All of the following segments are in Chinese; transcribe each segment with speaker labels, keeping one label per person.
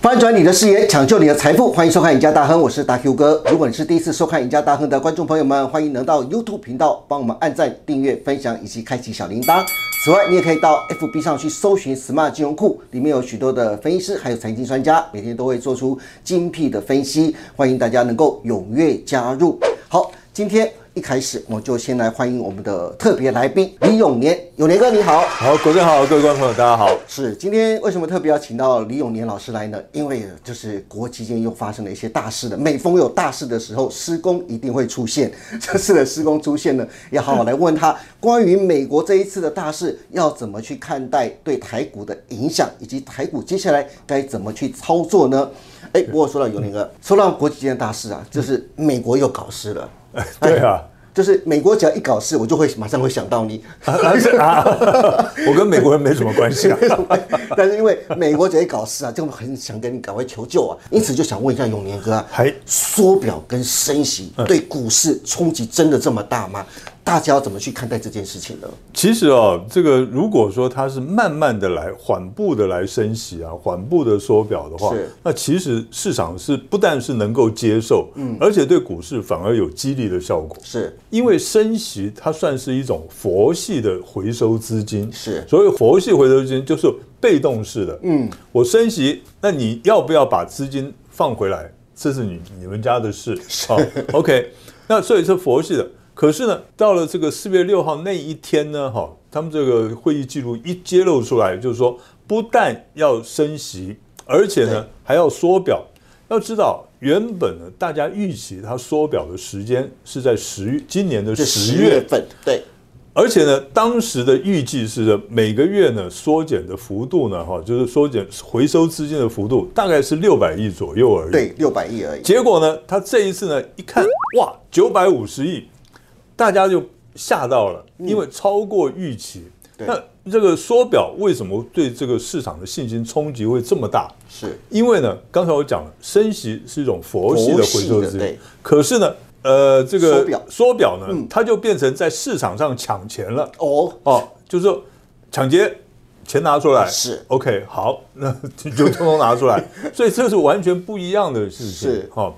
Speaker 1: 翻转你的视野，抢救你的财富，欢迎收看《赢家大亨》，我是大 Q 哥。如果你是第一次收看《赢家大亨》的观众朋友们，欢迎能到 YouTube 频道帮我们按赞、订阅、分享以及开启小铃铛。此外，你也可以到 FB 上去搜寻 Smart 金融库，里面有许多的分析师还有财经专家，每天都会做出精辟的分析，欢迎大家能够踊跃加入。好，今天一开始我就先来欢迎我们的特别来宾李永年，永年哥你好。
Speaker 2: 好，国哥好，各位观众朋友大 家好。
Speaker 1: 是，今天为什么特别要请到李永年老师来呢？因为就是国际间又发生了一些大事的，每逢有大事的时候，施工一定会出现。 这次的施工出现呢，要好好来问他关于美国这一次的大事要怎么去看待对台股的影响，以及台股接下来该怎么去操作呢？哎，不过说到永年哥，说到国际间的大事啊，就是美国又搞事了。 哎
Speaker 2: 对啊，
Speaker 1: 就是美国只要一搞事，我就会马上会想到你。
Speaker 2: 啊啊是啊， 我跟美国人没什么关系啊。
Speaker 1: 但是因为美国这些搞事啊，就很想跟你赶快求救啊，因此就想问一下永年哥啊
Speaker 2: 嗨，嗯
Speaker 1: 缩表跟升息对股市冲击真的这么大吗？大家要怎么去看待这件事情呢？
Speaker 2: 其实哦，这个如果说它是慢慢的来，缓步的来升息啊，缓步的缩表的话
Speaker 1: 是，
Speaker 2: 那其实市场是不但是能够接受，嗯，而且对股市反而有激励的效果。
Speaker 1: 是
Speaker 2: 因为升息它算是一种佛系的回收资金，
Speaker 1: 是
Speaker 2: 所谓佛系回收资金就是被动式的，嗯，我升息，那你要不要把资金放回来？这是你你们家的事，好、o k 那所以是佛系的。可是呢，到了这个四月六号那一天呢，哈、他们这个会议记录一揭露出来，就是说不但要升息，而且呢还要缩表。要知道，原本呢大家预期它缩表的时间是在十月，今年的
Speaker 1: 这
Speaker 2: 十
Speaker 1: 十
Speaker 2: 月
Speaker 1: 月份对
Speaker 2: 而且呢，当时的预计是呢每个月呢缩减的幅度呢，哈，就是缩减回收资金的幅度大概是六百亿左右而已。，
Speaker 1: 对六百亿而已，
Speaker 2: 结果呢，他这一次呢一看，哇，九百五十亿，大家就吓到了，因为超过预期。
Speaker 1: 嗯对
Speaker 2: 那这个缩表为什么对这个市场的信心冲击会这么大？
Speaker 1: 是
Speaker 2: 因为呢，刚才我讲了，升息是一种佛系的
Speaker 1: 佛
Speaker 2: 回
Speaker 1: 系的
Speaker 2: 收资
Speaker 1: 对
Speaker 2: 金，可是呢，呃，这个
Speaker 1: 缩表嗯
Speaker 2: 缩表呢，它就变成在市场上抢钱了。
Speaker 1: 哦，
Speaker 2: 哦，就是说抢劫，钱拿出来
Speaker 1: 是
Speaker 2: OK，好，那就就通通拿出 来，所以这是完全不一样的事情。
Speaker 1: 是
Speaker 2: 哦，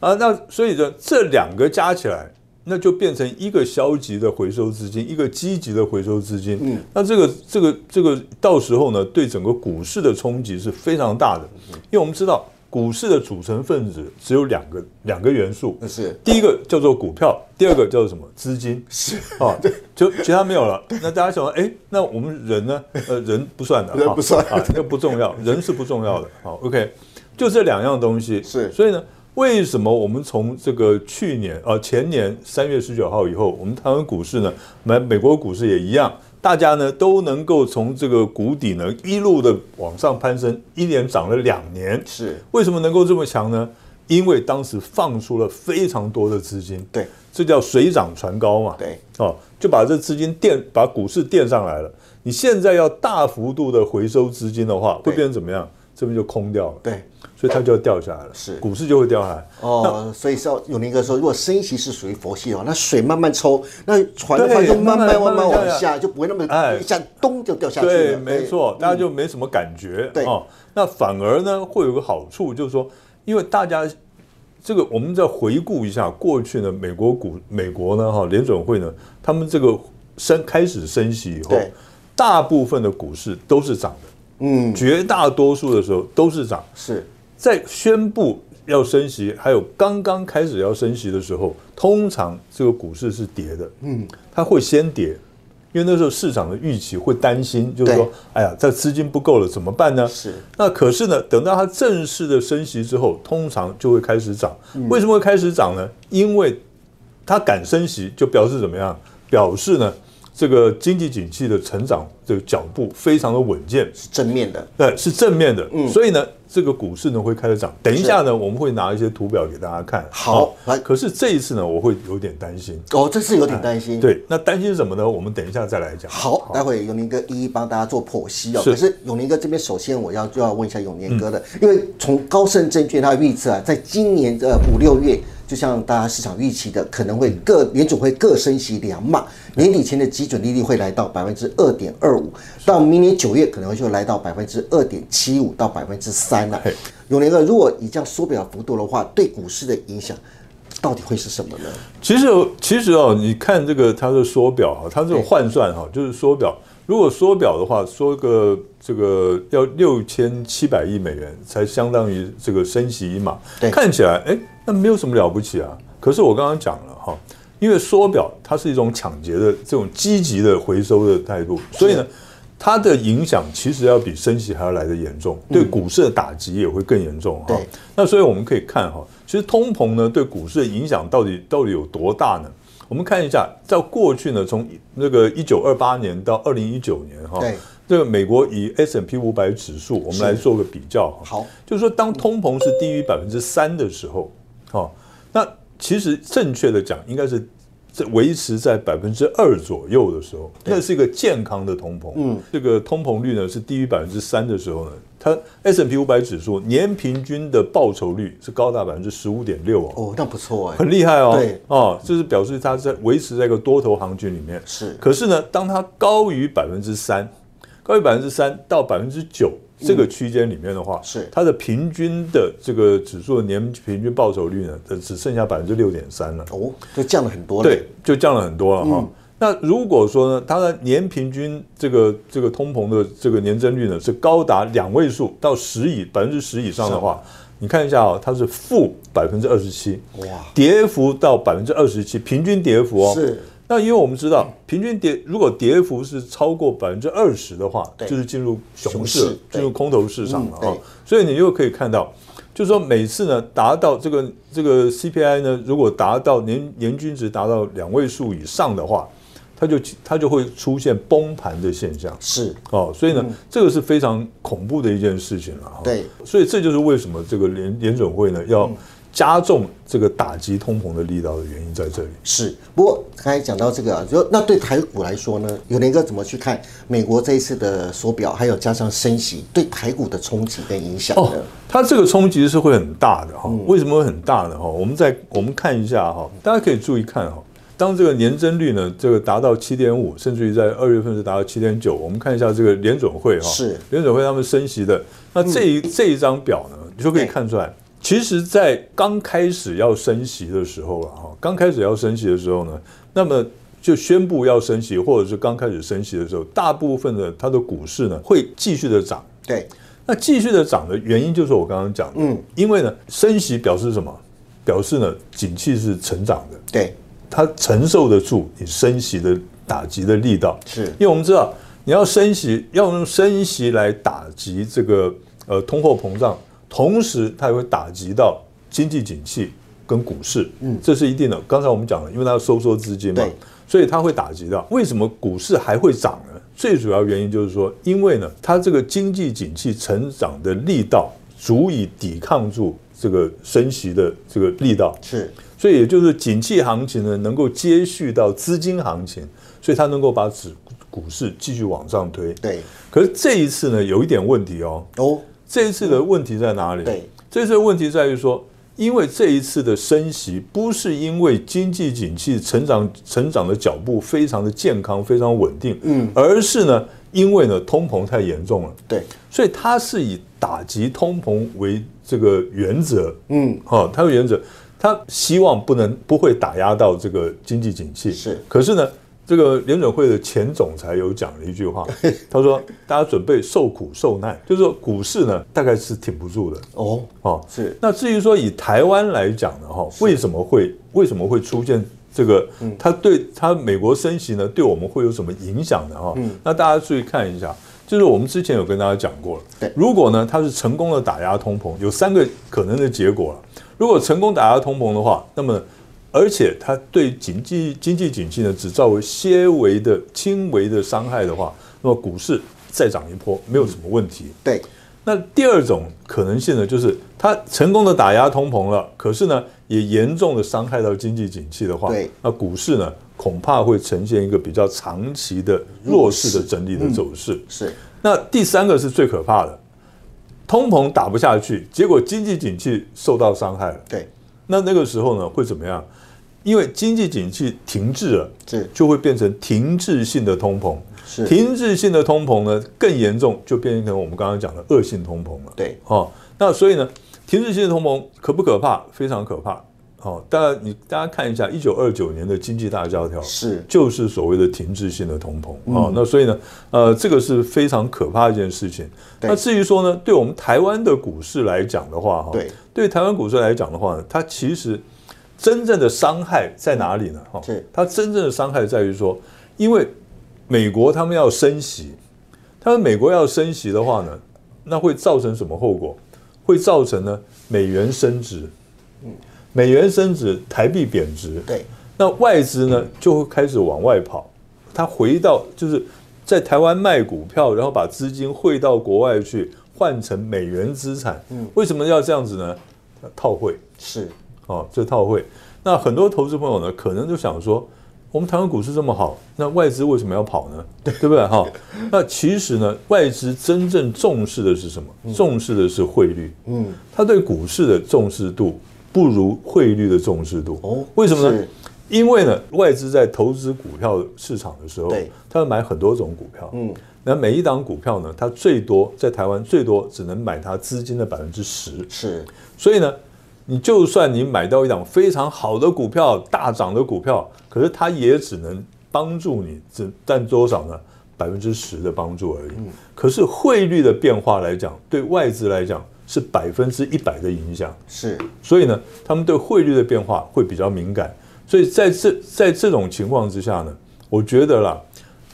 Speaker 2: 啊，那所以呢，这两个加起来，那就变成一个消极的回收资金，一个积极的回收资金。嗯，那这个这个这个到时候呢，对整个股市的冲击是非常大的，
Speaker 1: 嗯
Speaker 2: 因为我们知道。股市的组成分子只有两个两个元素，
Speaker 1: 嗯是
Speaker 2: 第一个叫做股票，第二个叫做什么？资金是啊，对，就其他没有了。那大家想说，哎，那我们人呢？呃，人不算 的，
Speaker 1: 人
Speaker 2: 哈
Speaker 1: 不算
Speaker 2: 啊，那不重要，人是不重要的。好，OK，就这两样东西
Speaker 1: 是
Speaker 2: 所以呢，为什么我们从这个去年呃前年三月十九号以后，我们台湾股市呢，美美国股市也一样，大家呢都能够从这个谷底呢一路的往上攀升，一连涨了两年。
Speaker 1: 是，
Speaker 2: 为什么能够这么强呢？因为当时放出了非常多的资金，
Speaker 1: 对
Speaker 2: 这叫水涨船高嘛。
Speaker 1: 对，
Speaker 2: 哦，就把这资金垫，把股市垫上来了。你现在要大幅度的回收资金的话，会
Speaker 1: 对
Speaker 2: 变成怎么样？这边就空掉了，
Speaker 1: 对
Speaker 2: 所以它就要掉下来了，
Speaker 1: 是
Speaker 2: 股市就会掉下来。
Speaker 1: 哦，所以是要永年哥说，如果升息是属于佛系的话，那水慢慢抽，那船的话
Speaker 2: 对
Speaker 1: 就慢慢
Speaker 2: 慢慢
Speaker 1: 慢慢
Speaker 2: 慢慢
Speaker 1: 往
Speaker 2: 下
Speaker 1: 下，就不会那么
Speaker 2: 哎
Speaker 1: 一下咚就掉下去了。嗯
Speaker 2: 对，没错，大家就没什么感觉。
Speaker 1: 对
Speaker 2: 哦，那反而呢会有个好处，就是说，因为大家这个我们再回顾一下过去呢，美国股美国呢哈联准会呢，他们这个升开始升息以后
Speaker 1: 对，
Speaker 2: 大部分的股市都是涨的，
Speaker 1: 嗯，
Speaker 2: 绝大多数的时候都是涨。
Speaker 1: 是
Speaker 2: 在宣布要升息，还有刚刚开始要升息的时候，通常这个股市是跌的，嗯，它会先跌，因为那时候市场的预期会担心，就是说
Speaker 1: 对，
Speaker 2: 哎呀，这资金不够了怎么办呢？
Speaker 1: 是，
Speaker 2: 那可是呢，等到它正式的升息之后，通常就会开始涨。
Speaker 1: 嗯
Speaker 2: 为什么会开始涨呢？因为它敢升息，就表示怎么样？表示呢，这个经济景气的成长这个脚步非常的稳健，
Speaker 1: 是正面的，
Speaker 2: 呃，是正面的，
Speaker 1: 嗯
Speaker 2: 所以呢，这个股市呢会开始涨。等一下呢，我们会拿一些图表给大家看。
Speaker 1: 好
Speaker 2: 哦
Speaker 1: 来
Speaker 2: 可是这一次呢，我会有点担心。
Speaker 1: 哦，这次有点担心。，
Speaker 2: 对，那担心什么呢？我们等一下再来讲。
Speaker 1: 好，待会永年哥一一帮大家做剖析哦。
Speaker 2: 是
Speaker 1: 可是嗯永年哥这边，首先我要就要问一下永年哥的，因为从高盛证券他预测啊，在今年的五六月。就像大家市场预期的，可能会各联总会各升息两码，年底前的基准利率会来到百分之二点二五，到明年九月可能就来到百分之二点七五到百分之三啊了
Speaker 2: 嘿。
Speaker 1: 永年哥，如果以这样缩表幅度的话，对股市的影响到底会是什么呢？
Speaker 2: 其实其实哦，你看这个它的缩表哈，它这种换算哈，就是缩表。如果缩表的话，缩个这个要六千七百亿美元，才相当于这个升息一码
Speaker 1: 对。
Speaker 2: 看起来哎，那没有什么了不起啊。可是我刚刚讲了哈，因为缩表它是一种抢劫的这种积极的回收的态度，所以呢。它的影响其实要比升息还要来得严重，对股市的打击也会更严重哈、
Speaker 1: 嗯对
Speaker 2: 那所以我们可以看哈，其实通膨呢对股市的影响到底到底有多大呢？我们看一下，在过去呢，从那个一九二八年到二零一九年哈
Speaker 1: 对，
Speaker 2: 这个美国以 S M P 五百指数，我们
Speaker 1: 是
Speaker 2: 来做个比较哈。
Speaker 1: 好
Speaker 2: 就是说当通膨是低于百分之三的时候，哦，那其实正确的讲，应该是在维持在百分之二左右的时候，那是一个健康的通膨。嗯，这个通膨率呢是低于百分之三的时候呢，它 S M P 五百指数年平均的报酬率是高达百分之十五点六哦。
Speaker 1: 哦，那不错哎、
Speaker 2: 很厉害哦，
Speaker 1: 对
Speaker 2: 哦，这是表示它在维持在一个多头行情里面。
Speaker 1: 是
Speaker 2: 可是呢，当它高于百分之三，高于百分之三到百分之九这个区间里面的话，
Speaker 1: 嗯是
Speaker 2: 它的平均的这个指数的年平均报酬率呢，呃只剩下百分之六点三了。
Speaker 1: 哦，就降了很多了。
Speaker 2: 对，就降了很多了哈、
Speaker 1: 嗯
Speaker 2: 那如果说呢，它的年平均这个这个通膨的这个年增率呢是高达两位数到十以百分之十以上的话，你看一下哦，它是负百分之二十七，
Speaker 1: 哇
Speaker 2: 跌幅到百分之二十七，平均跌幅哦。
Speaker 1: 是。
Speaker 2: 那因为我们知道，平均跌如果跌幅是超过百分之二十的话，
Speaker 1: 对
Speaker 2: 就是进入熊
Speaker 1: 熊
Speaker 2: 市
Speaker 1: 市
Speaker 2: 了，进入
Speaker 1: 对
Speaker 2: 空头市场了
Speaker 1: 嗯
Speaker 2: 哈、
Speaker 1: 对
Speaker 2: 所以你就可以看到，就是说每次呢达到这个这个 CPI 呢，如果达到年年均值达到两位数以上的话，它就它就会出现崩盘的现象。
Speaker 1: 是
Speaker 2: 哦，所以呢，这个是非常恐怖的一件事情了哈。
Speaker 1: 对，
Speaker 2: 所以这就是为什么这个联联准会呢要加重这个打击通膨的力道的原因在这里。
Speaker 1: 是，不过刚才讲到这个、啊，就那对台股来说呢，有年哥怎么去看美国这一次的缩表，还有加上升息对台股的冲击跟影响呢？
Speaker 2: 哦，它这个冲击是会很大的哈、为什么会很大呢？哈？我们再我们看一下哈、大家可以注意看哈、当这个年增率呢，这个达到七点五，甚至于在二月份是达到七点九。我们看一下这个联准会哈、
Speaker 1: 是嗯
Speaker 2: 联准会他们升息的。那这一、这一张表呢，你就可以
Speaker 1: 对
Speaker 2: 看出来，其实，在刚开始要升息的时候了啊哈，刚开始要升息的时候呢，那么就宣布要升息，或者是刚开始升息的时候，大部分的它的股市呢会继续的涨，
Speaker 1: 对，
Speaker 2: 那继续的涨的原因就是我刚刚讲的，嗯，因为呢，升息表示什么？表示呢，景气是成长的，
Speaker 1: 对，
Speaker 2: 它承受得住你升息的打击的力道。
Speaker 1: 是
Speaker 2: 因为我们知道，你要升息，要用升息来打击这个呃通货膨胀，同时它也会打击到经济景气跟股市，嗯，这是一定的。刚才我们讲了，因为它要收缩资金嘛
Speaker 1: 对，
Speaker 2: 所以它会打击到。为什么股市还会涨呢？最主要原因就是说，因为呢，它这个经济景气成长的力道足以抵抗住这个升息的这个力道，
Speaker 1: 是
Speaker 2: 所以也就是景气行情呢，能够接续到资金行情，所以它能够把指股市继续往上推。
Speaker 1: 对
Speaker 2: 可是这一次呢，有一点问题哦。
Speaker 1: 哦，
Speaker 2: 这一次的问题在哪里？
Speaker 1: 嗯对，
Speaker 2: 这次的问题在于说，因为这一次的升息不是因为经济景气成长成长的脚步非常的健康、非常稳定，嗯，而是呢，因为呢通膨太严重了，
Speaker 1: 对
Speaker 2: 所以它是以打击通膨为这个原则，嗯，好、它的原则，它希望不能不会打压到这个经济景气。
Speaker 1: 是
Speaker 2: 可是呢，这个联准会的前总裁有讲了一句话，他说：“大家准备受苦受难，就是说股市呢大概是挺不住的。”
Speaker 1: 哦，
Speaker 2: 哦，
Speaker 1: 是
Speaker 2: 那至于说以台湾来讲呢，哈，为什么会为什么会出现这个？它对它美国升息呢，对我们会有什么影响呢？哈，那大家注意看一下，就是我们之前有跟大家讲过了。
Speaker 1: 对
Speaker 2: 如果呢它是成功的打压通膨，有三个可能的结果了。如果成功打压通膨的话，那么而且它对经济经济景气呢只造为些微的轻微的伤害的话，那么股市再涨一波没有什么问题。
Speaker 1: 对
Speaker 2: 那第二种可能性呢，就是它成功的打压通膨了，可是呢，也严重的伤害到经济景气的话
Speaker 1: 对，
Speaker 2: 那股市呢，恐怕会呈现一个比较长期的弱势的整理的走势。
Speaker 1: 是
Speaker 2: 那第三个是最可怕的，通膨打不下去，结果经济景气受到伤害了。
Speaker 1: 对
Speaker 2: 那那个时候呢，会怎么样？因为经济景气停滞了，
Speaker 1: 是
Speaker 2: 就会变成停滞性的通膨。
Speaker 1: 是
Speaker 2: 停滞性的通膨呢，更严重就变成我们刚刚讲的恶性通膨了。
Speaker 1: 对，
Speaker 2: 哦，那所以呢，停滞性的通膨可不可怕？非常可怕。哦，大家你大家看一下，一九二九年的经济大萧条
Speaker 1: 是
Speaker 2: 就是所谓的停滞性的通膨
Speaker 1: 嗯
Speaker 2: 啊、哦。那所以呢，呃，这个是非常可怕的一件事情。
Speaker 1: 对
Speaker 2: 那至于说呢，对我们台湾的股市来讲的话，哈、
Speaker 1: 对，
Speaker 2: 对台湾股市来讲的话呢，它其实真正的伤害在哪里呢？哈、
Speaker 1: 是
Speaker 2: 它真正的伤害在于说，因为美国他们要升息，他们美国要升息的话呢，那会造成什么后果？会造成呢美元升值，
Speaker 1: 嗯
Speaker 2: 美元升值，台币贬值，
Speaker 1: 对，
Speaker 2: 那外资呢就会开始往外跑，它回到就是在台湾卖股票，然后把资金汇到国外去，换成美元资产。为什么要这样子呢？套汇
Speaker 1: 是
Speaker 2: 哦，这套汇。那很多投资朋友呢，可能就想说，我们台湾股市这么好，那外资为什么要跑呢？对不对 哈、那其实呢，外资真正重视的是什么？重视的是汇率。
Speaker 1: 嗯，
Speaker 2: 他对股市的重视度不如汇率的重视度。
Speaker 1: 哦
Speaker 2: 为什么呢
Speaker 1: 是？
Speaker 2: 因为呢，外资在投资股票市场的时候
Speaker 1: 对，
Speaker 2: 他会买很多种股票。嗯，那每一档股票呢，它最多在台湾最多只能买它资金的百分之十。
Speaker 1: 是
Speaker 2: 所以呢，你就算你买到一档非常好的股票、大涨的股票，可是它也只能帮助你只占多少呢？百分之十的帮助而已。可是汇率的变化来讲，对外资来讲是百分之一百的影响。
Speaker 1: 是
Speaker 2: 所以呢，他们对汇率的变化会比较敏感。所以在这在这种情况之下呢，我觉得啦，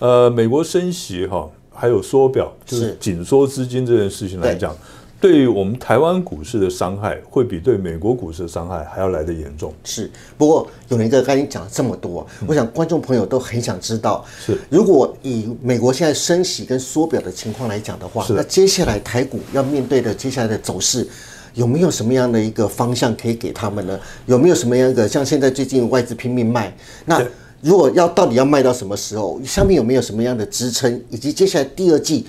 Speaker 2: 呃，美国升息哈、还有缩表，就是
Speaker 1: 是
Speaker 2: 紧缩资金这件事情来讲，对于我们台湾股市的伤害，会比对美国股市的伤害还要来得严重。
Speaker 1: 是。不过有人哥刚才讲了这么多，我想观众朋友都很想知道，
Speaker 2: 是
Speaker 1: 如果以美国现在升息跟缩表的情况来讲的话，
Speaker 2: 是
Speaker 1: 那
Speaker 2: 的
Speaker 1: 接下来台股要面对的接下来的走势。有没有什么样的一个方向可以给他们呢？有没有什么样的像现在最近外资拼命卖？那
Speaker 2: 对
Speaker 1: 如果要到底要卖到什么时候？下面有没有什么样的支撑？以及接下来第二季，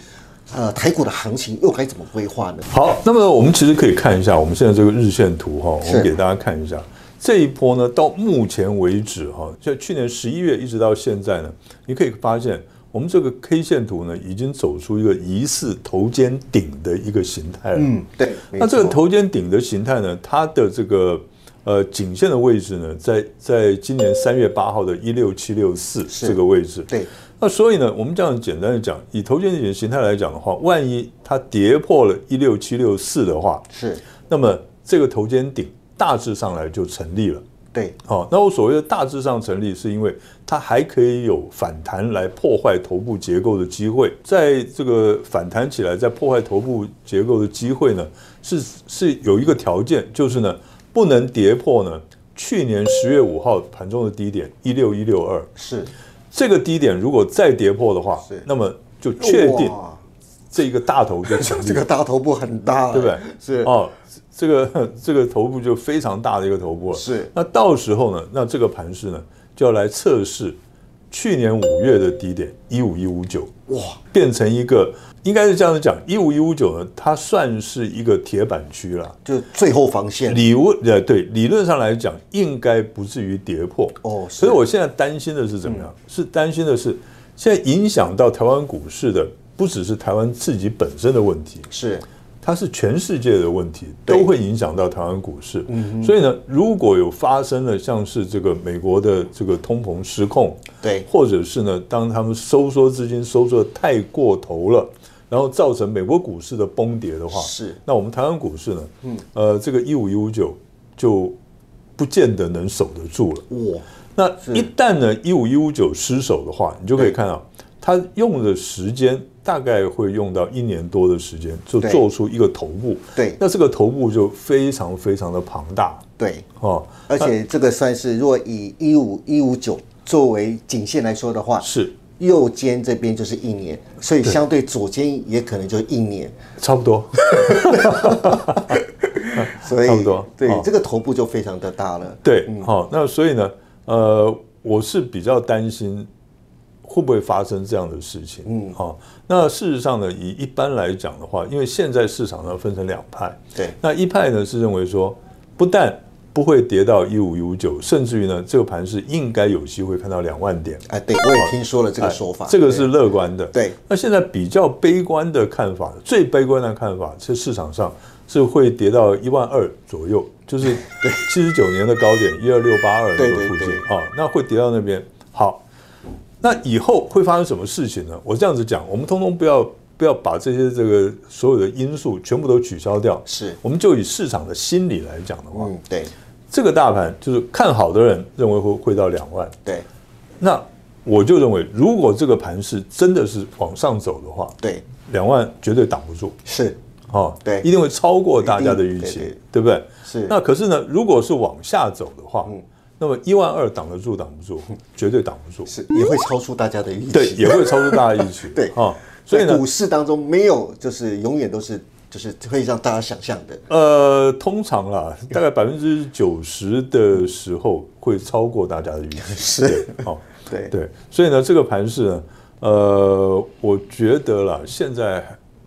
Speaker 1: 呃，台股的行情又该怎么规划呢？
Speaker 2: 好，那么我们其实可以看一下我们现在这个日线图哈、我
Speaker 1: 是
Speaker 2: 们给大家看一下这一波呢，到目前为止哈、就去年十一月一直到现在呢，你可以发现我们这个 K 线图呢，已经走出一个疑似头肩顶的一个形态了。
Speaker 1: 嗯，对。没
Speaker 2: 那这个
Speaker 1: 错
Speaker 2: 头肩顶的形态呢，它的这个呃颈线的位置呢，在在今年三月八号的一六七六四
Speaker 1: 是
Speaker 2: 这个位置。
Speaker 1: 对
Speaker 2: 那所以呢，我们这样简单的讲，以头肩顶的形态来讲的话，万一它跌破了一六七六四的话，
Speaker 1: 是，
Speaker 2: 那么这个头肩顶大致上来就成立了。
Speaker 1: 对
Speaker 2: 好、那我所谓的大致上成立，是因为它还可以有反弹来破坏头部结构的机会。在这个反弹起来，在破坏头部结构的机会呢，是是有一个条件，就是呢不能跌破呢去年十月五号盘中的低点一六一六二。
Speaker 1: 是，
Speaker 2: 这个低点如果再跌破的话
Speaker 1: 是，
Speaker 2: 那么就确定
Speaker 1: 哇
Speaker 2: 这个大头 就成立
Speaker 1: 这个大头部很大，
Speaker 2: 对不对？
Speaker 1: 是
Speaker 2: 哦，这个 这个头部就非常大的一个头部了。
Speaker 1: 是
Speaker 2: 那到时候呢，那这个盘势呢，就要来测试去年五月的低点一五一五九，
Speaker 1: 哇，
Speaker 2: 变成一个应该是这样子讲，一五一五九呢，它算是一个铁板区了。
Speaker 1: 就最后防线
Speaker 2: 理论呃对，理论上来讲应该不至于跌破
Speaker 1: 哦是嗯
Speaker 2: 所以我现在担心的是怎么样？是担心的是现在影响到台湾股市的不只是台湾自己本身的问题，
Speaker 1: 是
Speaker 2: 它是全世界的问题，
Speaker 1: 对嗯
Speaker 2: 都会影响到台湾股市。所以呢，如果有发生了像是这个美国的这个通膨失控，
Speaker 1: 对
Speaker 2: 或者是呢，当他们收缩资金收缩得太过头了，然后造成美国股市的崩跌的话，
Speaker 1: 是
Speaker 2: 那我们台湾股市呢，
Speaker 1: 嗯
Speaker 2: 呃，这个一五一五九就不见得能守得住了。
Speaker 1: 哇，
Speaker 2: 那一旦呢一五一五九失守的话，你就可以看到它用的时间大概会用到一年多的时间，就
Speaker 1: 对
Speaker 2: 做出一个头部。
Speaker 1: 对
Speaker 2: 那这个头部就非常非常的庞大
Speaker 1: 对，
Speaker 2: 哦。
Speaker 1: 而且这个算是如果以一五一五九作为颈线来说的话，
Speaker 2: 是
Speaker 1: 右肩这边就是一年，所以相对左肩也可能就一年，
Speaker 2: 差不多，
Speaker 1: 所以
Speaker 2: 差不多
Speaker 1: 对
Speaker 2: 哦
Speaker 1: 这个头部就非常的大了，
Speaker 2: 对，好、那所以呢，呃，我是比较担心会不会发生这样的事情，嗯，好、那事实上呢，以一般来讲的话，因为现在市场上分成两派，
Speaker 1: 对
Speaker 2: 那一派呢是认为说，不但不会跌到一五一五九，甚至于呢，这个盘是应该有机会看到两万点。
Speaker 1: 哎，对，我也听说了这个说法
Speaker 2: 哎，这个是乐观的。
Speaker 1: 对
Speaker 2: 那现在比较悲观的看法，最悲观的看法是市场上是会跌到一万二左右，就是对 七十九年的高点一二六八二那
Speaker 1: 对
Speaker 2: 个
Speaker 1: 对
Speaker 2: 附近
Speaker 1: 对
Speaker 2: 啊，那会跌到那边。好，那以后会发生什么事情呢？我这样子讲，我们通通不要不要把这些这个所有的因素全部都取消掉，
Speaker 1: 是
Speaker 2: 我们就以市场的心理来讲的话，
Speaker 1: 嗯，对
Speaker 2: 这个大盘就是看好的人认为会会到两万，
Speaker 1: 对
Speaker 2: 那我就认为，如果这个盘是真的是往上走的话，
Speaker 1: 对
Speaker 2: 两万绝对挡不住，
Speaker 1: 是，
Speaker 2: 哦，
Speaker 1: 对
Speaker 2: 一定会超过大家的
Speaker 1: 一定
Speaker 2: 预期，
Speaker 1: 对对
Speaker 2: 对不对？
Speaker 1: 是嗯
Speaker 2: 那可是呢，如果是往下走的话，那么一万二挡得住，挡不住，绝对挡不住，
Speaker 1: 是也会超出大家的预期。
Speaker 2: 对，也会超出大家预期，
Speaker 1: 对
Speaker 2: 哦，所以
Speaker 1: 在
Speaker 2: 呢
Speaker 1: 股，市当中没有就是永远都是就是会让大家想象的。
Speaker 2: 呃，通常啦，大概百分之九十的时候会超过大家的预期，
Speaker 1: 是
Speaker 2: 对，哦，
Speaker 1: 对
Speaker 2: 对，所以呢，这个盘势呢，呃，我觉得啦，现在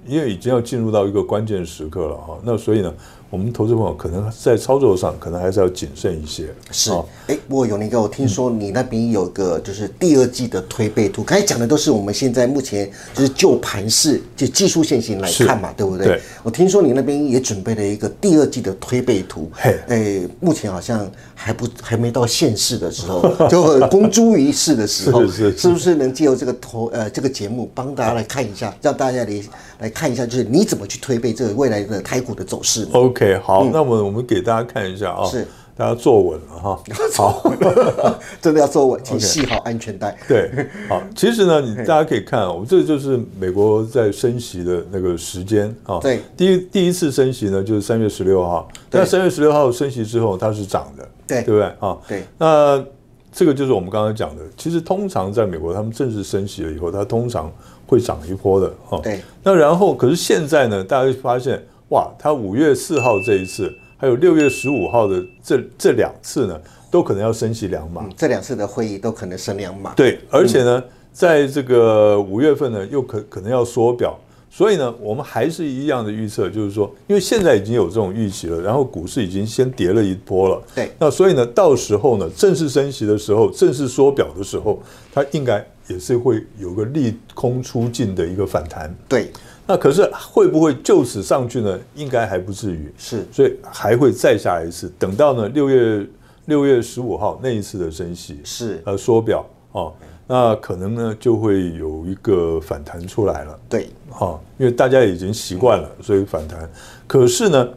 Speaker 2: 因为已经要进入到一个关键时刻了哈，那所以呢，我们投资朋友可能在操作上可能还是要谨慎一些。
Speaker 1: 是
Speaker 2: 哦，
Speaker 1: 哎，不过有那个，我听说你那边有个就是第二季的推背图，刚才讲的都是我们现在目前就是就盘势就技术线型来
Speaker 2: 是
Speaker 1: 看嘛，对不对？
Speaker 2: 对
Speaker 1: 我听说你那边也准备了一个第二季的推背图，
Speaker 2: 嘿
Speaker 1: 哎，目前好像还不还没到现世的时候， 就公诸于世的时候，
Speaker 2: 是是是
Speaker 1: 不是能借由这个投呃这个节目帮大家来看一下，让大家来来看一下，就是你怎么去推背这个未来的台股的走势呢？
Speaker 2: OK，好，那么我们给大家看一下啊，
Speaker 1: 嗯是
Speaker 2: 大家坐稳了哈，好。
Speaker 1: 真的要做稳，请系好安全带。
Speaker 2: 对，好，其实呢，你大家可以看啊，我们这就是美国在升息的那个时间啊。
Speaker 1: 对
Speaker 2: 第一第一次升息呢，就是三月十六号。
Speaker 1: 对
Speaker 2: 那三月十六号升息之后，它是涨的，
Speaker 1: 对
Speaker 2: 对不对啊？
Speaker 1: 对
Speaker 2: 那这个就是我们刚刚讲的，其实通常在美国，他们正式升息了以后，它通常会涨一波的啊。
Speaker 1: 对。
Speaker 2: 那然后，可是现在呢，大家会发现，哇，它五月四号这一次，还有六月十五号的这这两次呢，都可能要升息两码。
Speaker 1: 这两次的会议都可能升两码。
Speaker 2: 对，而且呢，在这个五月份呢，又可可能要缩表，所以呢，我们还是一样的预测，就是说，因为现在已经有这种预期了，然后股市已经先跌了一波了，
Speaker 1: 对
Speaker 2: 那所以呢，到时候呢，正式升息的时候，正式缩表的时候，它应该也是会有个利空出尽的一个反弹。
Speaker 1: 对
Speaker 2: 那可是会不会就此上去呢？应该还不至于，
Speaker 1: 是
Speaker 2: 所以还会再下一次，等到呢六月六月十五号那一次的升息
Speaker 1: 是
Speaker 2: 呃缩表哦，那可能呢就会有一个反弹出来了
Speaker 1: 对
Speaker 2: 哈、哦，因为大家已经习惯
Speaker 1: 嗯
Speaker 2: 了，所以反弹。可是呢，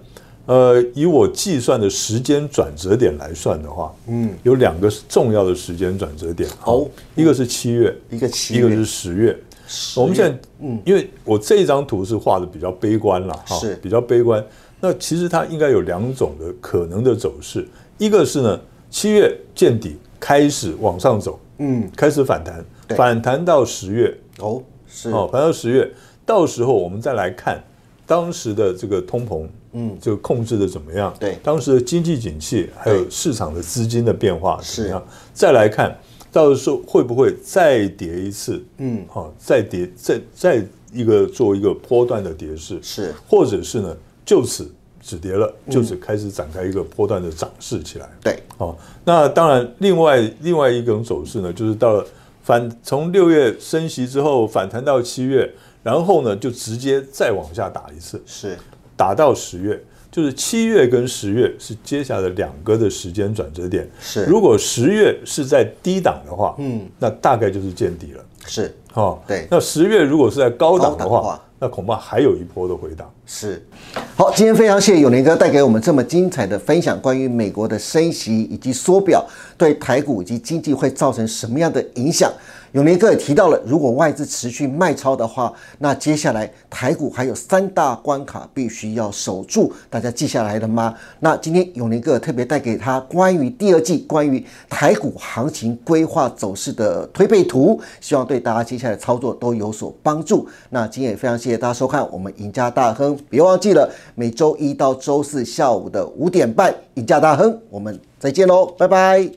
Speaker 2: 呃，以我计算的时间转折点来算的话，嗯，有两个重要的时间转折点，哦
Speaker 1: 好，
Speaker 2: 一个是七月，
Speaker 1: 一个七
Speaker 2: 一个
Speaker 1: 月
Speaker 2: 是十月。我们现在，嗯，因为我这一张图是画的比较悲观了哈，
Speaker 1: 是
Speaker 2: 比较悲观。那其实它应该有两种的可能的走势，一个是呢，七月见底开始往上走，嗯，开始反弹，
Speaker 1: 对
Speaker 2: 反弹到十月，
Speaker 1: 哦是
Speaker 2: 哦，反到十月，到时候我们再来看当时的这个通膨，嗯，这个控制的怎么样？
Speaker 1: 对
Speaker 2: 当时的经济景气还有
Speaker 1: 对
Speaker 2: 市场的资金的变化怎
Speaker 1: 是
Speaker 2: 么样？再来看，到时候会不会再跌一次？嗯，好、再跌，再再一个做一个波段的跌势，
Speaker 1: 是，嗯
Speaker 2: 或者是呢，就此止跌了，就此开始展开一个波段的涨势起来。
Speaker 1: 对
Speaker 2: 哦，那当然，另外另外一种走势呢，就是到了反从六月升息之后反弹到七月，然后呢就直接再往下打一次，
Speaker 1: 是
Speaker 2: 打到十月，就是七月跟十月是接下来两个的时间转折点。
Speaker 1: 是
Speaker 2: 如果十月是在低档的话，嗯，那大概就是见底了。
Speaker 1: 是
Speaker 2: 哦，
Speaker 1: 对
Speaker 2: 那十月如果是在高档的
Speaker 1: 高档的
Speaker 2: 话，
Speaker 1: 话
Speaker 2: 那恐怕还有一波的回档。
Speaker 1: 是。好，今天非常谢谢永年哥带给我们这么精彩的分享，关于美国的升息以及缩表对台股以及经济会造成什么样的影响。永年哥也提到了，如果外资持续卖超的话，那接下来台股还有三大关卡必须要守住，大家记下来了吗？那今天永年哥特别带给他呃关于第二季关于台股行情规划走势的推背图，希望对大家接下来操作都有所帮助。那今天也非常谢谢大家收看我们赢家大亨，别忘记了每周一到周四下午的五点半，赢家大亨，我们再见喽，拜拜。